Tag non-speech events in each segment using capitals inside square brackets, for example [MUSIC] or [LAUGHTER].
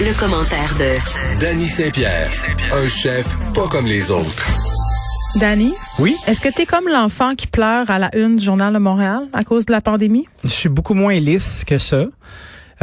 le commentaire de Danny Saint-Pierre, un chef pas comme les autres. Dani, Oui, est-ce que tu es comme l'enfant qui pleure à la une du Journal de Montréal à cause de la pandémie? je suis beaucoup moins lisse que ça.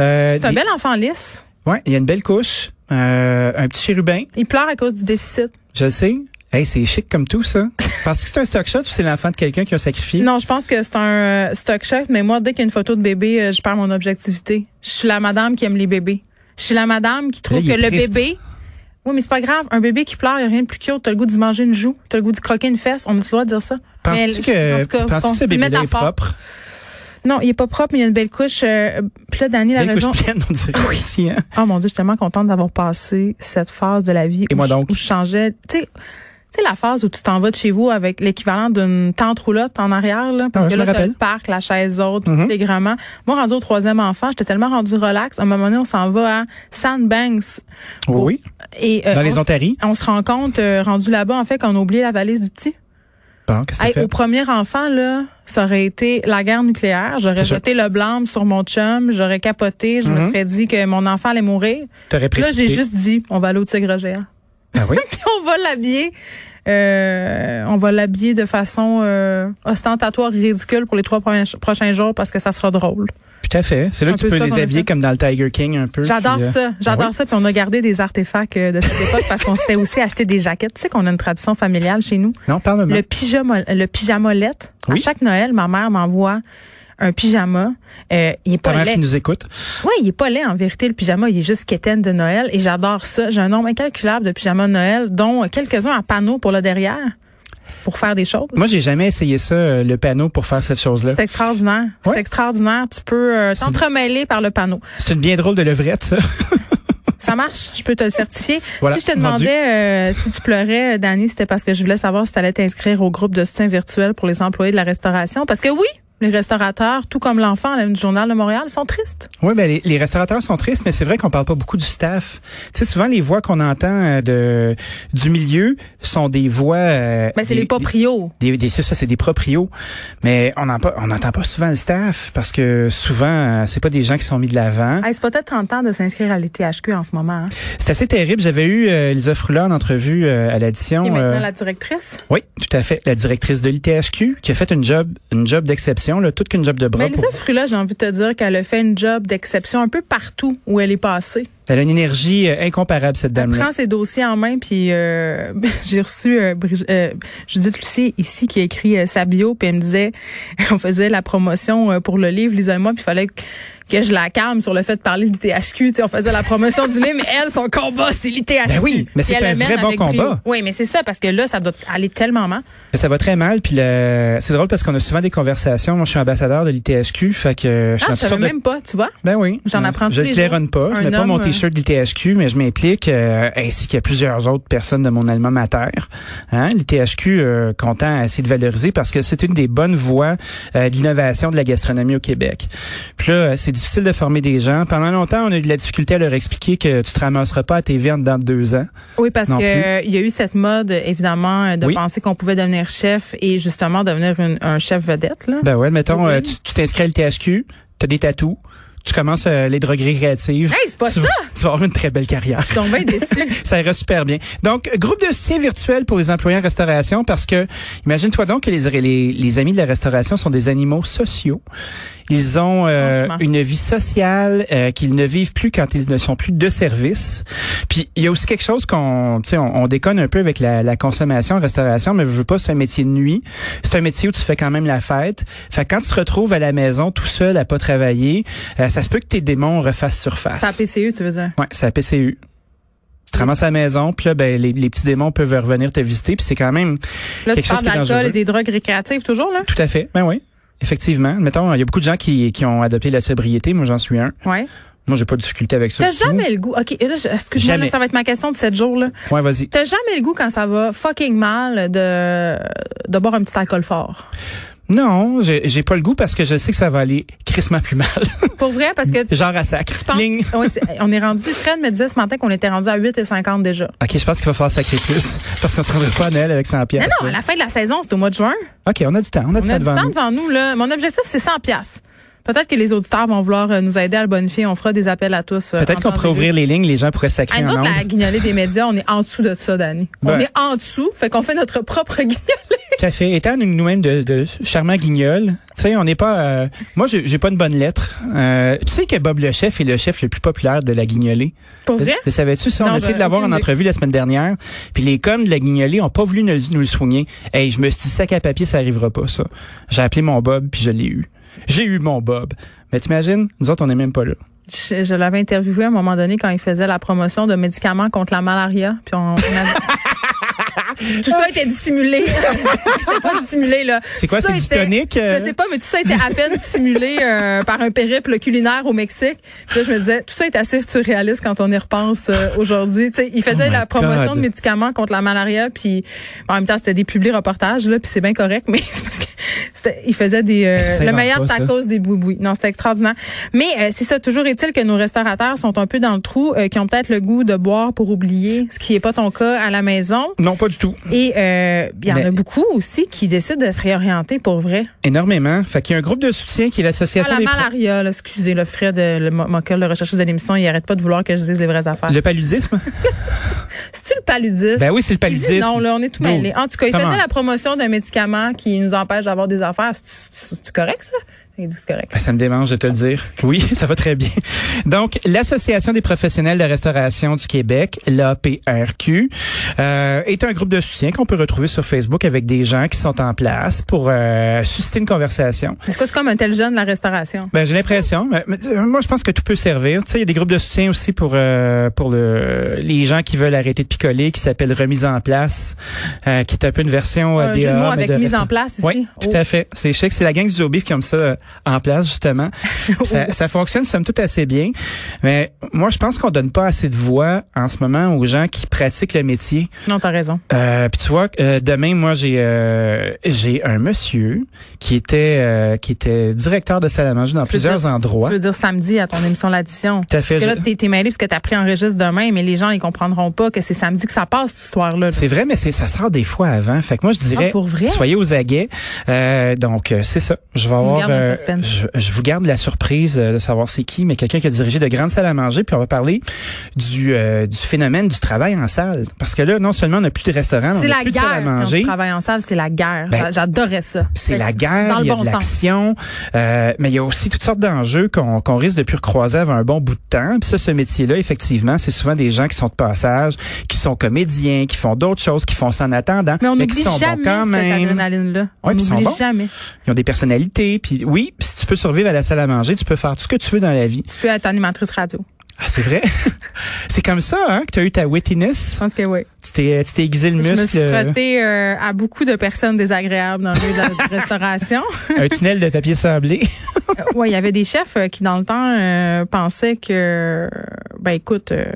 Euh, C'est un des- bel enfant lisse. Ouais, il y a une belle couche, euh, un petit chérubin, Il pleure à cause du déficit. je le sais. Hey, c'est chic comme [LAUGHS] tout ça. Parce que c'est un stock shot ou c'est l'enfant de quelqu'un qui a sacrifié. Non, je pense que c'est un euh, stock chef, mais moi, dès qu'il y a une photo de bébé, euh, je perds mon objectivité. Je suis la madame qui aime les bébés. Je suis la madame qui trouve Là, il est que le triste. bébé... Oui, mais c'est pas grave. Un bébé qui pleure, il n'y a rien de plus cute. T'as le goût d'y manger une joue. T'as le goût d'y croquer une fesse. On a le droit de dire ça. Mais, Penses-tu en que, tout cas, penses-tu bon, que ce une bébé-là est métaphore. propre? Non, il est pas propre, mais il y a une belle couche. Euh, puis là, Dani, la Belle raison... couche pleine, on dirait ici, hein? Oh mon dieu, je suis tellement contente d'avoir passé cette phase de la vie Et où, moi je- donc? où je changeais. Tu sais, tu sais, la phase où tu t'en vas de chez vous avec l'équivalent d'une tente roulotte en arrière, là, parce Ah ouais, que je là, me t'as rappelle. Mm-hmm. le parc, la chaise haute, tous les gréements. Moi, rendu au troisième enfant, j'étais tellement rendu relax. À un moment donné, on s'en va à Sandbanks. Oui, oui. Et, euh, Dans on les s- Ontaries. On se rend compte, euh, rendu là-bas, en fait, qu'on a oublié la valise du petit. Bon, qu'est-ce que Hey, oh. t'as au fait? premier enfant, là, ça aurait été la guerre nucléaire. J'aurais C'est Mm-hmm. sûr. jeté le blâme sur mon chum. J'aurais capoté. Je me serais dit que mon enfant allait mourir. T'aurais Puis Là, précipité. j'ai juste dit, on va aller au tigre géant. [LAUGHS] Ah oui? Puis on va l'habiller. euh, on va l'habiller de façon euh, ostentatoire et ridicule pour les trois prochains- prochains jours parce que ça sera drôle. Tout à fait. C'est là Un que tu peu peux ça qu'on les a habiller fait. comme dans le Tiger King un peu. J'adore puis, euh, ça. J'adore ah oui? ça. Puis on a gardé des artefacts euh, de cette époque parce qu'on s'était aussi acheté des jaquettes. Tu sais qu'on a une tradition familiale chez nous. Non, parle-moi. Le pyjama, le pyjamolette. À Oui. chaque Noël, ma mère m'envoie un pyjama. Euh, il est Ta pas mère qui laid. nous écoute. Oui, il est pas laid en vérité. Le pyjama, il est juste quétaine de Noël et j'adore ça. J'ai un nombre incalculable de pyjamas de Noël, dont quelques-uns en panneau pour le derrière, pour faire des choses. Moi, j'ai jamais essayé ça, euh, le panneau, pour faire cette chose-là. C'est extraordinaire. C'est Ouais. extraordinaire. Tu peux euh, t'entremêler par le panneau. C'est une bien drôle de levrette, ça. Ça marche, je peux te le certifier. Voilà, si je te vendu. demandais euh, si tu pleurais, euh, Dani, c'était parce que je voulais savoir si tu allais t'inscrire au groupe de soutien virtuel pour les employés de la restauration. Parce que oui, les restaurateurs, tout comme l'enfant à la Une du Journal de Montréal, sont tristes. Oui, ben les, les restaurateurs sont tristes, mais c'est vrai qu'on parle pas beaucoup du staff. Tu sais, souvent les voix qu'on entend euh, de du milieu sont des voix. euh, Mais Ben, c'est des- les paprios. Des, des, c'est ça, c'est des proprios. Mais on n'entend pas, on n'entend pas souvent le staff parce que souvent euh, c'est pas des gens qui sont mis de l'avant. Hey, c'est peut-être tentant de s'inscrire à l'ETHQ en ce moment. Hein? C'est assez terrible. J'avais eu euh, Elisa Frula en entrevue euh, à l'édition. Et euh, maintenant, la directrice. Oui, tout à fait. La directrice de l'ITHQ qui a fait une job, une job d'exception, là, toute qu'une job de bras. Mais Lisa pour- Frula, j'ai envie de te dire qu'elle a fait une job d'exception un peu partout où elle est passée. Elle a une énergie euh, incomparable cette Elle dame-là. prend ses dossiers en main, puis euh, [LAUGHS] j'ai reçu euh, Brig- euh, Judith Lucie ici qui a écrit euh, sa bio, puis elle me disait, [LAUGHS] on faisait la promotion euh, pour le livre, Lisa et moi, puis il fallait que, que je la calme sur le fait de parler de l'ITHQ. Tu sais, on faisait la promotion du livre, mais elle, son combat, c'est l'ITHQ. Ben oui, mais Puis c'est elle un le mène vrai bon avec brio. combat. Oui, mais c'est ça, parce que là, ça doit aller tellement mal. Mais Ça va très mal, puis le- c'est drôle parce qu'on a souvent des conversations. Moi, je suis ambassadeur de l'ITHQ, fait que euh, je suis Ah, en je savais sorte de- même pas, tu vois. Ben oui. J'en Euh, apprends tous Je les le claironne jours. pas. Je Un mets pas mon homme, euh, t-shirt de l'ITHQ, mais je m'implique, euh, ainsi que plusieurs autres personnes de mon alma mater. Hein? L'ITHQ, euh, content à essayer de valoriser parce que c'est une des bonnes voies euh, de l'innovation de la gastronomie au Québec. Puis là, euh, c'est difficile de former des gens. Pendant longtemps, on a eu de la difficulté à leur expliquer que tu te ramasseras pas à TV en dedans de deux ans. Oui, parce Non que plus. euh, il y a eu cette mode, évidemment, euh, de Oui. penser qu'on pouvait devenir chef et justement devenir une- un chef vedette. Là. Ben ouais, mettons, Oui. euh, tu tu t'inscris à l'ITHQ, t'as des tatous, tu commences euh, les drogueries créatives. Hey, c'est pas tu, ça! vas- tu vas avoir une très belle carrière. Je suis donc bien [LAUGHS] déçue. Ça ira super bien. Donc, groupe de soutien virtuel pour les employés en restauration parce que, imagine-toi donc que les, les, les amis de la restauration sont des animaux sociaux. Ils ont euh, Franchement. une vie sociale euh, qu'ils ne vivent plus quand ils ne sont plus de service. Puis, il y a aussi quelque chose qu'on, tu sais, on, on déconne un peu avec la, la consommation en restauration, mais je veux pas, c'est un métier de nuit. C'est un métier où tu fais quand même la fête. Fait que quand tu te retrouves à la maison tout seul à pas travailler, euh, ça se peut que tes démons refassent surface. Ça PCU, E, tu veux dire? Ouais, c'est la PCU. Tu te ramasses à la maison, puis là, ben, les, les petits démons peuvent revenir te visiter, puis c'est quand même Là, Quelque tu parles chose qui est d'alcool dangereux. et des drogues récréatives toujours, là? tout à fait. Ben oui, effectivement. Mettons, il y a beaucoup de gens qui, qui ont adopté la sobriété. Moi, j'en suis un. Ouais. Moi, j'ai pas de difficulté avec ça. T'as du tout. jamais le goût. OK, là, je- excuse-moi, là, Jamais. ça va être ma question de 7 jours, là. Ouais, vas-y. T'as jamais le goût quand ça va fucking mal de, de boire un petit alcool fort. Non, j'ai j'ai pas le goût parce que je sais que ça va aller crissement plus mal. [LAUGHS] Pour vrai, parce que tu Genre à sac. penses. Pling. [LAUGHS] Ouais, c'est- on est rendu. Fred me disait ce matin qu'on était rendu à 8 et 50 déjà. OK, je pense qu'il va falloir sacrer plus [LAUGHS] parce qu'on se rendrait pas à Noël avec 100 Mais pièces. non, à la fin de la saison, c'est au mois de juin. OK, on a du temps. On a du On temps a du devant temps nous. devant nous, là. Mon objectif, c'est 100 piastres. Peut-être que les auditeurs vont vouloir euh, nous aider à le bonifier. On fera des appels à tous. euh, Peut-être en temps qu'on pourrait et lieu. ouvrir les lignes, les gens pourraient sacrer Hey, nous en autres, nombre. la guignolée des médias, on est en dessous de ça, Dani. Ben. On est en dessous, fait qu'on fait notre propre [LAUGHS] guignolée. Tout à fait. Étant une- nous-mêmes de, de charmants guignols, tu sais, on n'est pas... euh, moi, j'ai j'ai pas une bonne lettre. Euh, tu sais que Bob le chef est le chef le plus populaire de la guignolée. Pour vrai? Le savais-tu ça? Non, on a ben, essayé de l'avoir en aucune idée. entrevue la semaine dernière. Puis les coms de la guignolée ont pas voulu nous, le- nous le soigner. Hey, je me suis dit, sac à papier, ça arrivera pas, ça. J'ai appelé mon Bob, puis je l'ai eu. J'ai eu mon Bob. Mais t'imagines, nous autres, on n'est même pas là. Je, je l'avais interviewé à un moment donné quand il faisait la promotion de médicaments contre la malaria. Puis on, on avait- tout ça était dissimulé. C'était pas dissimulé, là. C'est quoi, Tout ça c'est du était- tonique, euh? Je sais pas, mais tout ça était à peine dissimulé euh, par un périple culinaire au Mexique. Puis là, je me disais, tout ça est assez surréaliste quand on y repense euh, aujourd'hui. Tu sais, il faisait Oh my la promotion God. de médicaments contre la malaria, puis en même temps, c'était des publiés reportages, là, puis c'est bien correct, [LAUGHS] mais c'est parce que c'était- il faisait des... euh, Mais ça le s'invente meilleur pas, ça. tacos cause des boubouis. Non, c'était extraordinaire. Mais euh, c'est ça, toujours est-il que nos restaurateurs sont un peu dans le trou, euh, qui ont peut-être le goût de boire pour oublier, ce qui n'est pas ton cas à la maison. Non, pas du tout. Et euh, il y en Mais- a beaucoup aussi qui décident de se réorienter pour vrai. Énormément. Fait qu'il y a un groupe de soutien qui est À l'association Ah, la des... pro- malaria, là, excusez, le Fred, euh, le mo- moqueur, le recherchiste de l'émission, il arrête pas de vouloir que je dise les vraies affaires. Le paludisme? C'est-tu le paludisme? ben oui, c'est le Il dit paludisme. non, là, on est tout Dude, mêlés. En tout cas, il comment? faisait la promotion d'un médicament qui nous empêche d'avoir des affaires. C'est- C'est c'est correct, ça? Il dit que c'est correct. Ben, ça me démange de te le dire. Oui, [LAUGHS] ça va très bien. Donc, l'Association des professionnels de restauration du Québec, l'APRQ, euh, est un groupe de soutien qu'on peut retrouver sur Facebook avec des gens qui sont en place pour euh, susciter une conversation. Est-ce que c'est comme un tel jeune de la restauration? Ben, j'ai l'impression. mais- mais, euh, moi, je pense que tout peut servir. Tu sais, il y a des groupes de soutien aussi pour euh, pour le, les gens qui veulent arrêter de picoler, qui s'appelle Remise en place, euh, qui est un peu une version euh, Un des jeu de mots A, mais avec de mise resta- en place ici. Oui, tout Oh. à fait. C'est chic. C'est la gang du Joe Beef qui a mis ça euh, en place, justement. Puis Mhm. ça, ça fonctionne, somme toute, assez bien. Mais moi, je pense qu'on donne pas assez de voix en ce moment aux gens qui pratiquent le métier. [LAUGHS] Non, t'as raison. Euh, Puis tu vois, euh, demain, moi, j'ai euh, j'ai un monsieur qui était euh, qui était directeur de salle à manger dans Tu veux plusieurs dire- endroits. Tu veux dire samedi à ton émission L'Addition. Tout à fait. Parce que là, Je- t'es, t'es mêlé parce que t'as pris en registre demain, mais les gens, ils comprendront pas que c'est samedi que ça passe, cette histoire-là. là. C'est vrai, mais c'est ça sort des fois avant. Fait que moi, je dirais, Ah, pour vrai? soyez aux aguets. Euh, donc, euh, c'est ça. Je vais nous avoir, gardes en euh, suspense. je, je vous garde la surprise euh, de savoir c'est qui, mais quelqu'un qui a dirigé de grandes salles à manger. Puis on va parler du, euh, du phénomène du travail en salle, parce que là, non seulement on n'a plus de restaurants, mais C'est on n'a la plus de guerre. salles à Quand manger. tu travailles en salle, c'est la guerre. Ben, J'a- J'adorais ça. C'est la Dans guerre, le il y a bon de sens. l'action, euh, mais il y a aussi toutes sortes d'enjeux qu'on qu'on risque de plus recroiser avant un bon bout de temps. Puis ça, ce métier-là, effectivement, c'est souvent des gens qui sont de passage, qui sont comédiens, qui font d'autres choses, qui font ça en attendant, Mais on qui n'oublie sont jamais bons quand cette même. adrénaline-là. On Ouais, puis ils sont n'oublie bons. jamais. Ils ont des personnalités. Puis oui, puis si tu peux survivre à la salle à manger, tu peux faire tout ce que tu veux dans la vie. Tu peux être animatrice radio. Ah, c'est vrai. [LAUGHS] c'est comme ça hein, que tu as eu ta Je wittiness. pense que oui. Tu t'es tu t'es aiguisé le Je muscle. me suis euh, frottée euh, à beaucoup de personnes désagréables dans le milieu de la [LAUGHS] restauration. un tunnel de papier sablé. Oui, il y avait des chefs euh, qui, dans le temps, euh, pensaient que, euh, ben écoute, euh,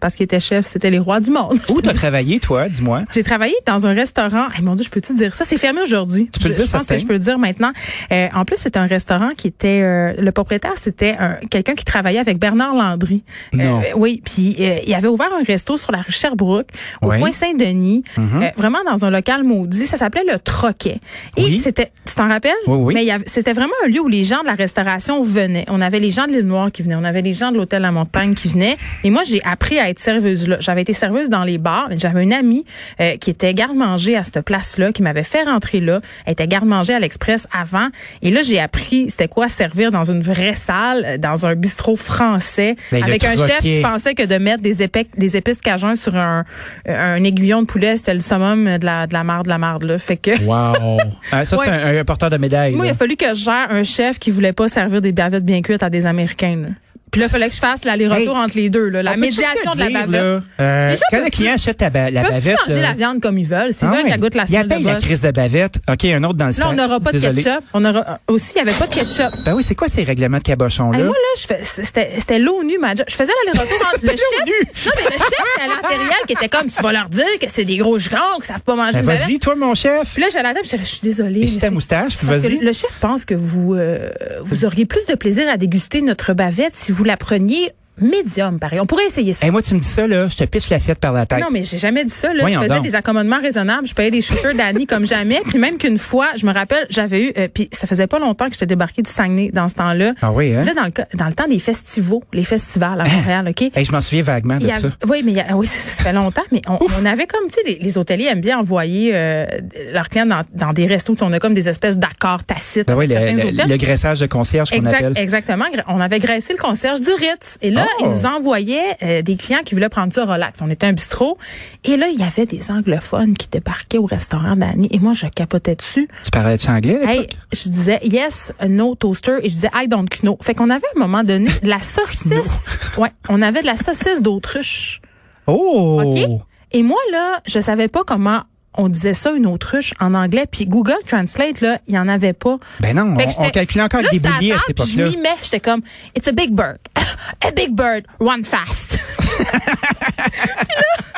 parce qu'ils étaient chefs, c'était les rois du monde. Où [LAUGHS] t'as travaillé, toi, dis-moi? [LAUGHS] J'ai travaillé dans un restaurant. Hey, mon Dieu, je peux-tu dire ça? C'est fermé aujourd'hui. Tu peux le Je- dire, Je pense certain. que je peux le dire maintenant. Euh, en plus, c'est un restaurant qui était... euh, le propriétaire, c'était un- quelqu'un qui travaillait avec Bernard Landry. Euh, Non. oui, puis euh, il avait ouvert un resto sur la rue Sherbrooke, au Oui. Mm-hmm. coin Saint-Denis, euh, vraiment dans un local maudit. Ça s'appelait Le Troquet. Et Oui. c'était... Tu t'en rappelles? Oui, oui. Mais il y avait- c'était vraiment un lieu où les gens de la restauration venaient. On avait les gens de l'île Noire qui venaient, on avait les gens de l'hôtel La Montagne qui venaient. Et moi, j'ai appris à être serveuse là. J'avais été serveuse dans les bars, mais j'avais une amie euh, qui était garde-manger à cette place-là, qui m'avait fait rentrer là. Elle était garde-manger à l'Express avant. Et là, j'ai appris c'était quoi servir dans une vraie salle, euh, dans un bistrot français, Ben, le avec un chef troquet. qui pensait que de mettre des, épais- des épices cajun sur un, un aiguillon de poulet, c'était le summum de la, de la marde, de la marde, là. Fait que. Wow. Ah, ça, Ouais. c'est un, un porteur de médaille. Moi, il a fallu que je gère un chef qui voulait pas servir des bavettes bien cuites à des Américains. là. Puis là, il fallait que je fasse l'aller-retour Hey, entre les deux, là, la médiation de la bavette. Les gens euh, quand peuvent- le client achète la, ba- la Peuvent-tu bavette. manger là- la viande comme ils veulent? C'est Ah vrai ouais. qu'elle goûte la Il seule appelle de la bosse. crise de bavette. OK, un autre dans le Là, sac. on n'aura pas de Désolé. ketchup. On aura euh, aussi, il n'y avait pas de ketchup. Ben oui, c'est quoi ces règlements de cabochon-là? Hey, moi, là, je fais- c'était c'était l'ONU, ma job. Je faisais l'aller-retour [LAUGHS] entre le C'était l'ONU. chef. Non, mais le chef à l'artériel qui était comme, tu vas leur dire que c'est des gros gigants qui savent pas manger Ben, de bavette. vas-y, toi, mon chef. Puis là, j'allais à la table, je disais, je suis désolée. Et mais si ta c'est- moustache, c'est puis parce que vas-y. Le chef pense que vous, euh, vous auriez plus de plaisir à déguster notre bavette si vous la preniez médium, pareil. On pourrait essayer ça. Et moi, tu me dis ça, là, je te pitche l'assiette par la tête. Non, mais j'ai jamais dit ça. Là. Je Eh Voyons faisais donc. des accommodements raisonnables. Je payais des chauffeurs d'Annie comme jamais. Puis même qu'une fois, je me rappelle, j'avais eu... euh, puis ça faisait pas longtemps que j'étais débarqué du Saguenay dans ce temps-là. Ah oui, hein? Là, dans le, cas- dans le temps des festivals, les festivals à Montréal, OK? Hey, je m'en souviens vaguement de Il y avait- ça. Oui, mais il y a- oui, [LAUGHS] ça, ça fait longtemps, mais on, on avait comme, tu sais, les, les hôteliers aiment bien envoyer euh, leurs clients dans, dans des restos, tu sais, on a comme des espèces d'accords tacites. Ah avec oui, le, certains le- hôtels. le graissage de concierge qu'on Exact- appelle. Exactement. Gra- On avait graissé le concierge du Ritz. Et là, Oh. ils nous envoyaient euh, des clients qui voulaient prendre ça relax. On était un bistrot. Et là, il y avait des anglophones qui débarquaient au restaurant d'Annie. Et moi, je capotais dessus. Tu parlais-tu anglais? à Hey, l'époque? je disais yes, no toaster et je disais I don't know. Fait qu'on avait à un moment donné [LAUGHS] de la saucisse. ouais, on avait de la saucisse d'autruche. Oh! OK? Et moi, là, je savais pas comment on disait ça, une autruche, en anglais. Puis Google Translate, là, il y en avait pas. Ben non, Fait que on, on j'étais- calculait encore là, avec des j'étais à bouliers à table, cette puis Je époque-là. m'y mets, j'étais comme, it's a big bird. [LAUGHS] a big bird, run fast. [LAUGHS]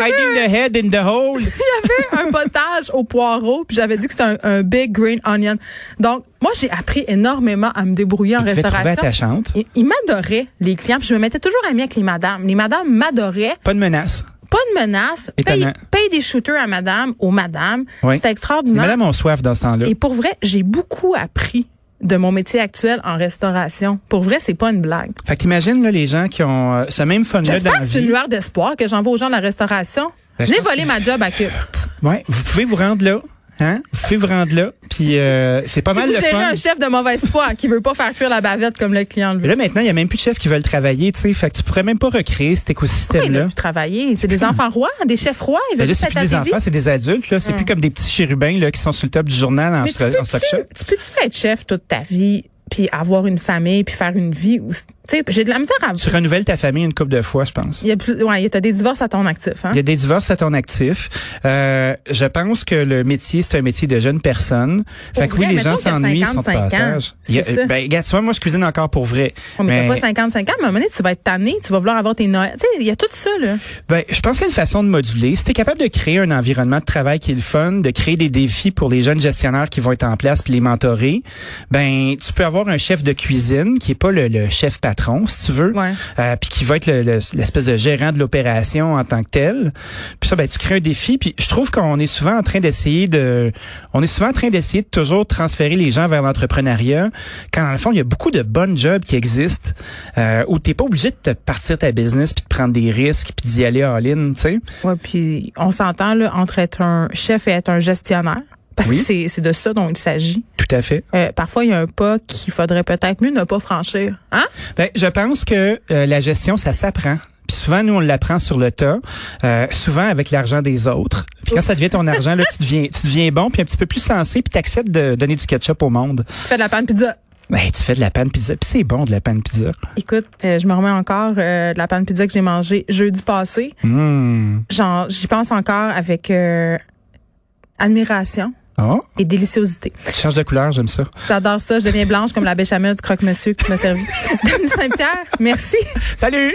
Hiding the head in the hole. Il y avait un potage au poireau, puis j'avais dit que c'était un, un big green onion. Donc, moi, j'ai appris énormément à me débrouiller en Tu te trouvais restauration. attachante. Ils- Ils m'adoraient, les clients. Puis je me mettais toujours amie avec les madames. Les madames m'adoraient. Pas de menace. Pas de menaces. Paye, Étonnant. paye des shooters à madame, aux madames. Oui. C'était Les extraordinaire. madames ont soif dans ce temps-là. Et pour vrai, j'ai beaucoup appris de mon métier actuel en restauration. Pour vrai, c'est pas une blague. Fait que t'imagines, là, les gens qui ont euh, ce même fun-là dans J'espère la que c'est une vie. lueur d'espoir que j'envoie aux gens de la restauration. Ben, je J'ai pense volé que- ma job à Cube. [LAUGHS] Ouais, vous pouvez vous rendre là. Hein? Vous pouvez vous rendre là. Puis euh, c'est pas Si mal vous le gérez fun. un chef de mauvaise foi qui veut pas faire cuire la bavette comme le client le Mais veut. Là, maintenant, il n'y a même plus de chefs qui veulent travailler, tu sais. Fait que tu pourrais même pas recréer Pourquoi cet ils écosystème-là. veulent plus travailler? C'est des enfants rois, des chefs rois. Ils Ben veulent là, juste c'est être plus des à TV. enfants, c'est des adultes. là. C'est plus comme des petits chérubins là, qui sont sur le top du journal en, Ah. Mais tu stra- en stock peux-tu shop. tu peux-tu être chef toute ta vie, puis avoir une famille, puis faire une vie? où- Tu sais, j'ai de la misère à... Tu renouvelles ta famille une couple de fois, je pense. Il y a plus, ouais, t'as des divorces à ton actif, hein? Il y a des divorces à ton actif. Euh, je pense que le métier, c'est un métier de jeune personne. Pour Fait que vrai, oui, les mettons gens qu'il y a s'ennuient, ils sont de 55 ans, passage. Il y a- c'est ça. ben, regarde, tu vois, moi, je cuisine encore pour vrai. Oh, mais, Mais- t'as pas 55 ans, mais à un moment donné, tu vas être tanné, tu vas vouloir avoir tes Noël. Tu sais, il y a tout ça, là. Ben, je pense qu'il y a une façon de moduler. Si t'es capable de créer un environnement de travail qui est le fun, de créer des défis pour les jeunes gestionnaires qui vont être en place puis les mentorer, ben, tu peux avoir un chef de cuisine qui est pas le, le chef patron, si tu veux, Ouais. euh, puis qui va être le- le- l'espèce de gérant de l'opération en tant que tel. Puis ça, ben, tu crées un défi. Puis je trouve qu'on est souvent en train d'essayer de, on est souvent en train d'essayer de toujours transférer les gens vers l'entrepreneuriat quand dans le fond, il y a beaucoup de bonnes jobs qui existent euh, où t'es pas obligé de te partir ta business puis de prendre des risques puis d'y aller all-in, tu sais. Ouais, puis on s'entend, là, entre être un chef et être un gestionnaire. Parce Oui. que c'est- c'est de ça dont il s'agit. Tout à fait. Euh, parfois, il y a un pas qu'il faudrait peut-être mieux ne pas franchir. Hein? Ben, je pense que euh, la gestion, ça s'apprend. Puis souvent, nous, on l'apprend sur le tas, euh, souvent avec l'argent des autres. Puis quand ça devient ton argent, là, tu deviens, tu deviens bon, puis un petit peu plus sensé, puis t'acceptes de donner du ketchup au monde. Tu fais de la panne pizza. Ben, tu fais de la panne pizza, puis c'est bon de la panne pizza. Écoute, euh, je me remets encore euh, de la panne pizza que j'ai mangée jeudi passé. Hum. Genre, j'y pense encore avec euh, admiration Oh, et déliciosité. tu changes de couleur, j'aime ça. J'adore [LAUGHS] ça. Je deviens blanche comme la béchamel du croque-monsieur que tu m'as servi. Dany Saint-Pierre, merci. Salut!